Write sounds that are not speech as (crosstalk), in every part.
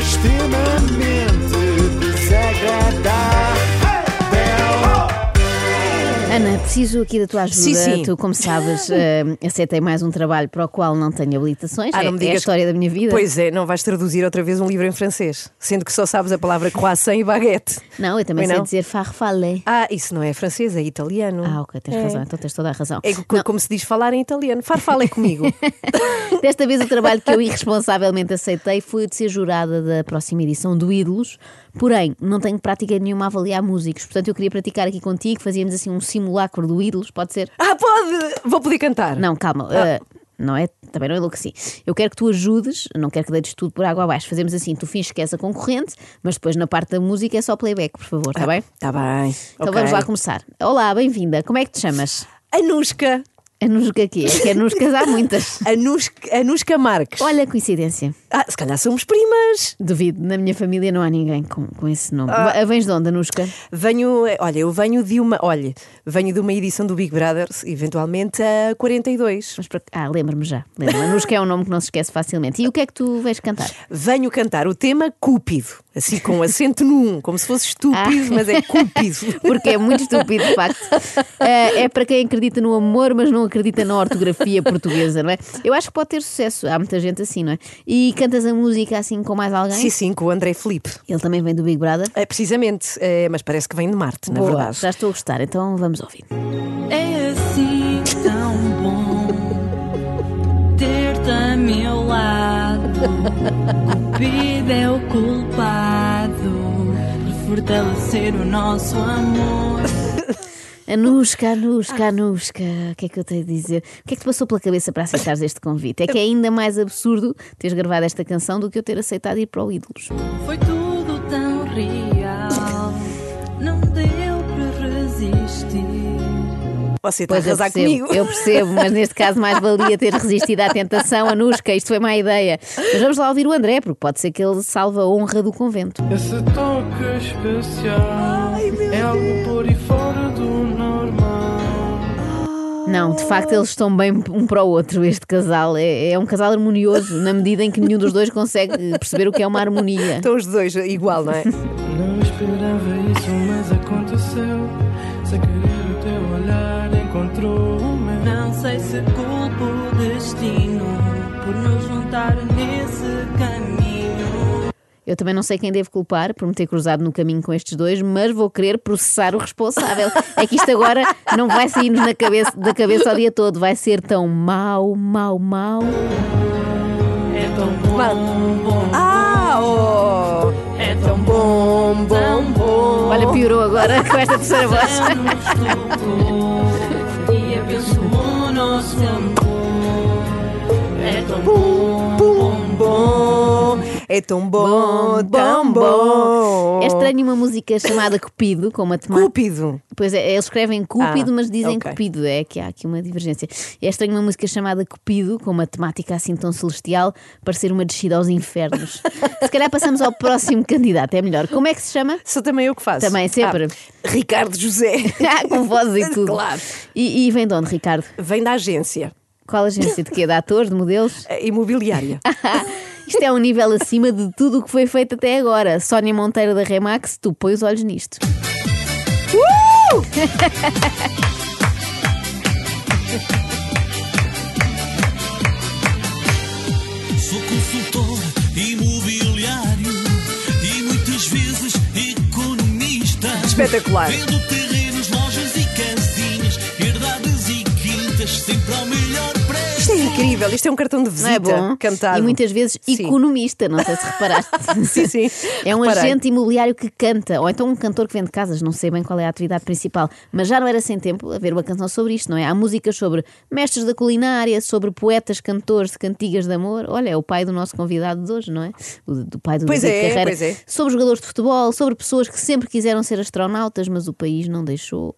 extremamente desagradável. Ana, preciso aqui da tua ajuda. Sim, sim. Tu, como (laughs) sabes, eh, aceitei mais um trabalho para o qual não tenho habilitações. Ah, é, não me digas é a história da minha vida. Pois é, não vais traduzir outra vez um livro em francês, sendo que só sabes a palavra croissant e baguete. Não, eu também Pois sei não? dizer farfalle. Ah, isso não é francês, é italiano. Ah, ok, tens razão, então tens toda a razão. É co- como se diz falar em italiano. Farfalem comigo. (laughs) Desta vez o trabalho (laughs) que eu irresponsavelmente aceitei foi o de ser jurada da próxima edição do Ídolos, porém não tenho prática nenhuma a avaliar músicos, portanto eu queria praticar aqui contigo, fazíamos assim um simulacro do Ídolos, pode ser? ah, pode! Vou poder cantar. Não, calma. eh, não é? Também não enlouqueci. Eu quero que tu ajudes, não quero que deites tudo por água abaixo. Fazemos assim, tu finges que és a concorrente, mas depois na parte da música é só playback, por favor, está bem? Tá bem. Então vamos lá começar. Olá, bem-vinda. Como é que te chamas? Anusca. Anusca quê? É que Anuscas há (laughs) muitas. Anusca, Anusca Marques. Olha a coincidência. Ah, se calhar somos primas. Duvido, na minha família não há ninguém com, com esse nome. Ah. Vens de onde, Anusca? Venho, eh, olha, eu venho de uma, olha, venho de uma edição do Big Brother, eventualmente a 42. Mas para... Ah, lembro-me já. (laughs) Lembro-me. Anusca é um nome que não se esquece facilmente. E o que é que tu vais cantar? Venho cantar o tema Cúpido, assim com acento num, como se fosse Ah. estúpido, mas (laughs) é Cúpido. Porque é muito estúpido, de (laughs) facto. Eh, é para quem acredita no amor, mas não acredita na ortografia portuguesa, não é? Eu acho que pode ter sucesso. Há muita gente assim, não é? E cantas a música assim com mais alguém? Sim, sim, com o André Felipe. Ele também vem do Big Brother? É, precisamente, é, mas parece que vem de Marte, na Boa, É verdade. já estou a gostar, então vamos ouvir. É assim tão bom ter-te a meu lado. Cupido é o culpado de fortalecer o nosso amor. Anusca, Anusca, Anusca, o que é que eu tenho a dizer? O que é que te passou pela cabeça para aceitares este convite? É que é ainda mais absurdo teres gravado esta canção do que eu ter aceitado ir para o Ídolos. Foi tudo tão real, não deu para resistir. Você está Tá a Pois eu arrasar percebo, comigo. eu percebo, mas neste caso mais valia ter resistido à tentação, Anusca, isto foi má ideia. Mas vamos lá ouvir o André, porque pode ser que ele salva a honra do convento. Esse toque especial é algo por e fora do normal. Não, de facto eles estão bem um para o outro, este casal. É, é um casal harmonioso, na medida em que nenhum dos dois consegue perceber o que é uma harmonia. (laughs) Estão os dois igual, (laughs) não é? Não esperava isso, mas aconteceu. Sem querer, o teu olhar encontrou o meu. Não sei se culpo o destino por nos juntar nesse caminho. Eu também não sei quem devo culpar por me ter cruzado no caminho com estes dois, mas vou querer processar o responsável. É que isto agora não vai sair-nos na cabeça, da cabeça o dia todo, vai ser tão mau, mau, mau. É tão bom, bom, Ah, oh! é tão bom, Bom, tão bom, bom. Olha, piorou agora com esta terceira voz. Nos tocou e abençoou nosso amor. É tão bom, bom, bom. É tão bom, tão bom. É estranho uma música chamada Cupido, com uma temática. Cúpido. Pois é, eles escrevem Cúpido, Ah, mas dizem ok. Cupido. É que há aqui uma divergência. É estranho uma música chamada Cupido, com uma temática assim tão celestial, parecer uma descida aos (laughs) infernos. se calhar passamos ao próximo candidato, é melhor. Como é que se (laughs) chama? (laughs) Sou também eu que faço. Também, sempre. Ah, (laughs) Ricardo José. Ah, com voz e tudo. Claro. E, e vem de onde, Ricardo? Vem da agência Qual agência de quê? De atores, de modelos? eh, imobiliária. Isto é um nível acima de tudo o que foi feito até agora. Sónia Monteiro da Remax, tu põe os olhos nisto. Uh! Sou consultor imobiliário e muitas vezes economista. Espetacular. Vendo terrenos, lojas e casinhas, herdades e quintas, sempre ao melhor preço. Isto é incrível. Isto é um cartão de Não é visita bom? cantado. E muitas vezes Sim. economista, não sei se reparaste. (laughs) Sim, sim. É um Reparei. agente imobiliário que canta, ou então um cantor que vende casas, não sei bem qual é a atividade principal. Mas já não era sem tempo haver uma canção sobre isto, não é? Há músicas sobre mestres da culinária, sobre poetas, cantores de cantigas de amor. Olha, é o pai do nosso convidado de hoje, não é? O do pai do Pois David é, Carreira. pois é. Sobre jogadores de futebol, sobre pessoas que sempre quiseram ser astronautas, mas o país não deixou.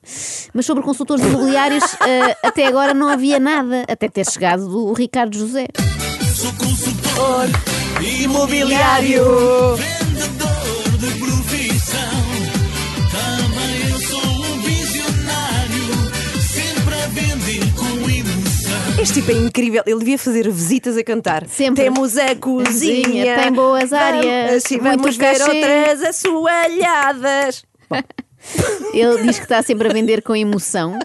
Mas sobre consultores imobiliários, (laughs) eh, até agora não havia nada, até ter chegado o Ricardo José. Sou consultor Imobiliário. vendedor de profissão. Também eu sou um visionário, sempre a vender com emoção. Este tipo é incrível. Ele devia fazer visitas a cantar. Sempre. Temos a cozinha. Cozinha, tem boas áreas, Vamos, muito vamos ver cachê. outras assoalhadas. Ele diz que está sempre a vender com emoção.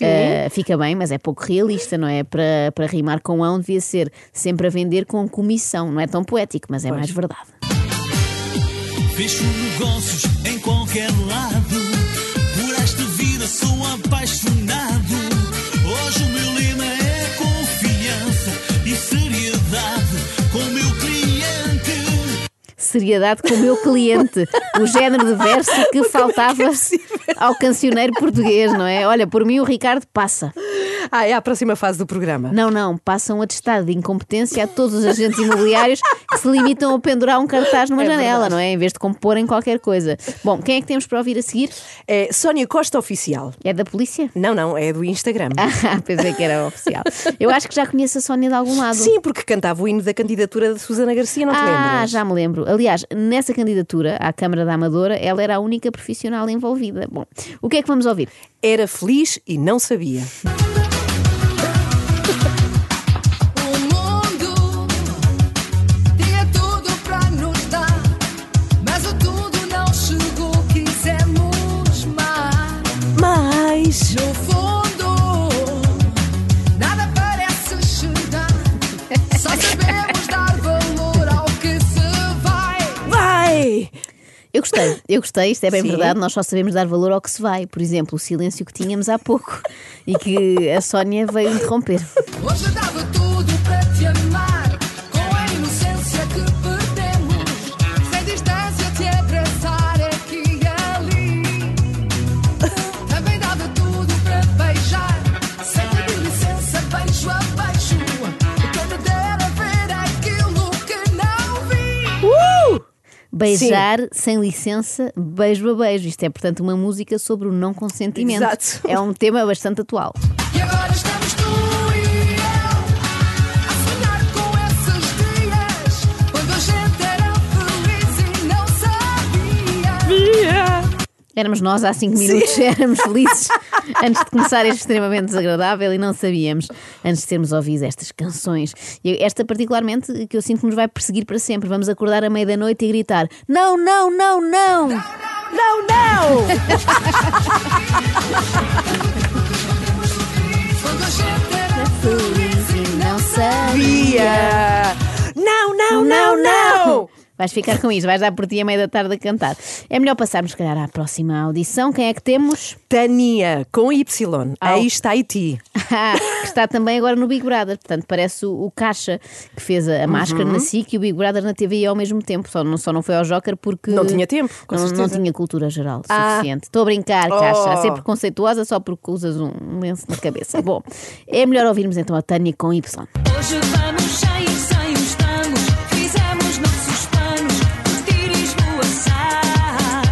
Eh, fica bem, mas é pouco realista, não é? Para, para rimar com ão, devia ser sempre a vender com comissão. Não é tão poético, mas é mais verdade. Fecho negócios em qualquer lado. Por esta vida sou apaixonado. Hoje o meu lema é confiança e seriedade com o meu cliente. Seriedade com o meu cliente, o género de verso (laughs) que é faltava ao cancioneiro português, não é? Olha, por mim o Ricardo passa. Ah, é a próxima fase do programa. Não, não, passa um atestado de incompetência a todos os agentes imobiliários que se limitam a pendurar um cartaz numa É janela, verdade. não é? Em vez de comporem qualquer coisa. Bom, quem é que temos para ouvir a seguir? É Sónia Costa Oficial. É da polícia? Não, não, é do Instagram. Ah, (laughs) pensei que era oficial. Eu acho que já conheço a Sónia de algum lado. Sim, porque cantava o hino da candidatura de Susana Garcia, não te Ah, lembras? já me lembro. Aliás, nessa candidatura à Câmara da Amadora, ela era a única profissional envolvida. Bom, o que é que vamos ouvir? Era feliz e não sabia. O mundo tinha tudo pra nos dar, mas o tudo não chegou. Quisemos mais. Mas. No fundo, nada parece chegar. Só sabemos dar valor ao que se vai. Vai! Eu gostei, eu gostei, isto é bem Sim. verdade, nós só sabemos dar valor ao que se vai. Por exemplo, o silêncio que tínhamos há pouco e que a Sónia veio interromper. Hoje dava tudo pra te amar, com a inocência que perdemos. Sem distância te abraçar aqui e ali. Também dava tudo pra beijar, sem pedir licença, beijo a beijo. Quando der a ver aquilo que não vi. Uh! Beijar sem licença, beijo a beijo. Isto é, portanto, uma música sobre o não consentimento. Exato. É um tema bastante atual. E agora estamos tu e eu a sonhar com esses dias, quando a gente era feliz e não sabia. Éramos nós há 5 minutos, (laughs) éramos felizes antes de começar este extremamente desagradável e não sabíamos antes de termos ouvido estas canções. E esta, particularmente, que eu sinto que nos vai perseguir para sempre. Vamos acordar à meia-da-noite e gritar: Não, não, não, não! Não, não! Quando a gente era feliz e não sabe Via! Não, não, não, não! Vais ficar com isso, vais dar por ti a meia da tarde a cantar. É melhor passarmos, se calhar, à próxima audição. Quem é que temos? Tania, com Y. Aí está Haiti. Ah, que está também agora no Big Brother. Portanto, parece o, o Caixa que fez a, a máscara Uhum. na SIC e o Big Brother na TVI ao mesmo tempo. Só não, só não foi ao Joker porque. Não tinha tempo, com não, certeza. não tinha cultura geral Ah. suficiente. Estou a brincar, Caixa. A ser Oh. preconceituosa só porque usas um lenço na cabeça. Bom, é melhor ouvirmos então a Tânia com Y. Hoje vamos sair sem os tangos. Fizemos nossos planos, curtir e esvoaçar.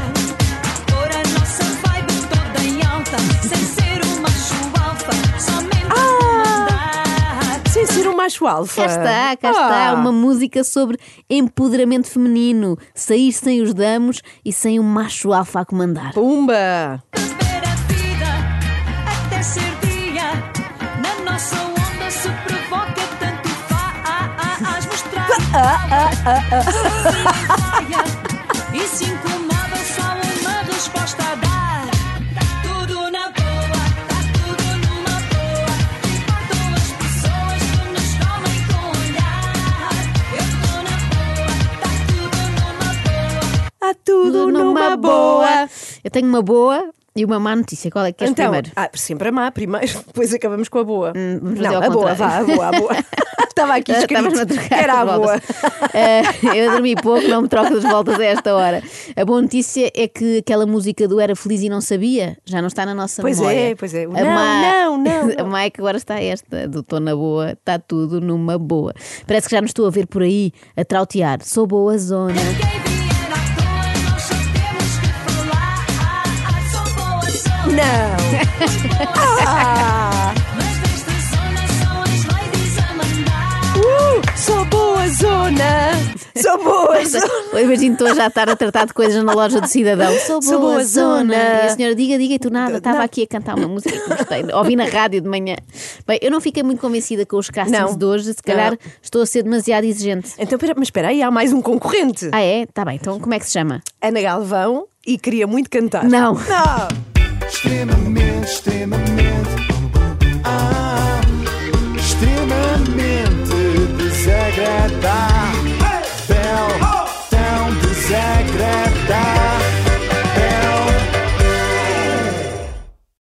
Pôr a nossa vibe toda em alta, sem ser um macho alfa, somente comandar. Sem ser um macho alfa. Cá está, cá Ah. está. Uma música sobre empoderamento feminino. Sair sem os damos e sem o macho alfa a comandar. Pumba! Ver a vida até ser dia. Na nossa onda se provoca tanto faz. Mostrar e se incomoda só uma resposta a dar. Tá tudo na boa, tá tudo numa boa. Importam as pessoas que nos tomem com olhar. Eu tô na boa, tá tudo numa boa. Há tudo numa boa. Eu tenho uma boa, E uma má notícia, qual é que queres então, primeiro? Hum, ah, sempre a má primeiro, (laughs) depois acabamos com a boa. vamos fazer não, ao a boa, contrário. vá, a boa, a boa. (laughs) (laughs) Estava aqui Ah, escrito. Estavas-me a trocar Era a de boa. voltas. (laughs) Ah, eu dormi pouco, não me troco de voltas a esta hora. A boa notícia é que aquela música do Era Feliz e Não Sabia já não está na nossa Pois memória. é, pois é. O A não, má- não, não, (laughs) A não. má é que agora está esta, do Tô na Boa, está tudo numa boa. Parece que já nos estou a ver por aí a trautear. Sou boa zona. Quem vier à toa, nós só temos que falar. Sou boa, (laughs) sou Não. Ah, Mas nesta zona são as ladies a mandar. uh, sou boa zona. Sou (laughs) boa zona. Eu imagino estou já a estar a tratar de coisas na loja do cidadão. Sou boa, Sou boa zona. E a senhora, diga, diga, e tu nada. Estava Não. aqui a cantar uma música que gostei. Ouvi na rádio de manhã. Bem, eu não fiquei muito convencida com os castings Não. de hoje. Se calhar Não. estou a ser demasiado exigente. Então, pera, mas espera aí, há mais um concorrente. Ah, é? Tá bem. Então como é que se chama? Ana Galvão e queria muito cantar. Não. Não. extremamente, extremamente.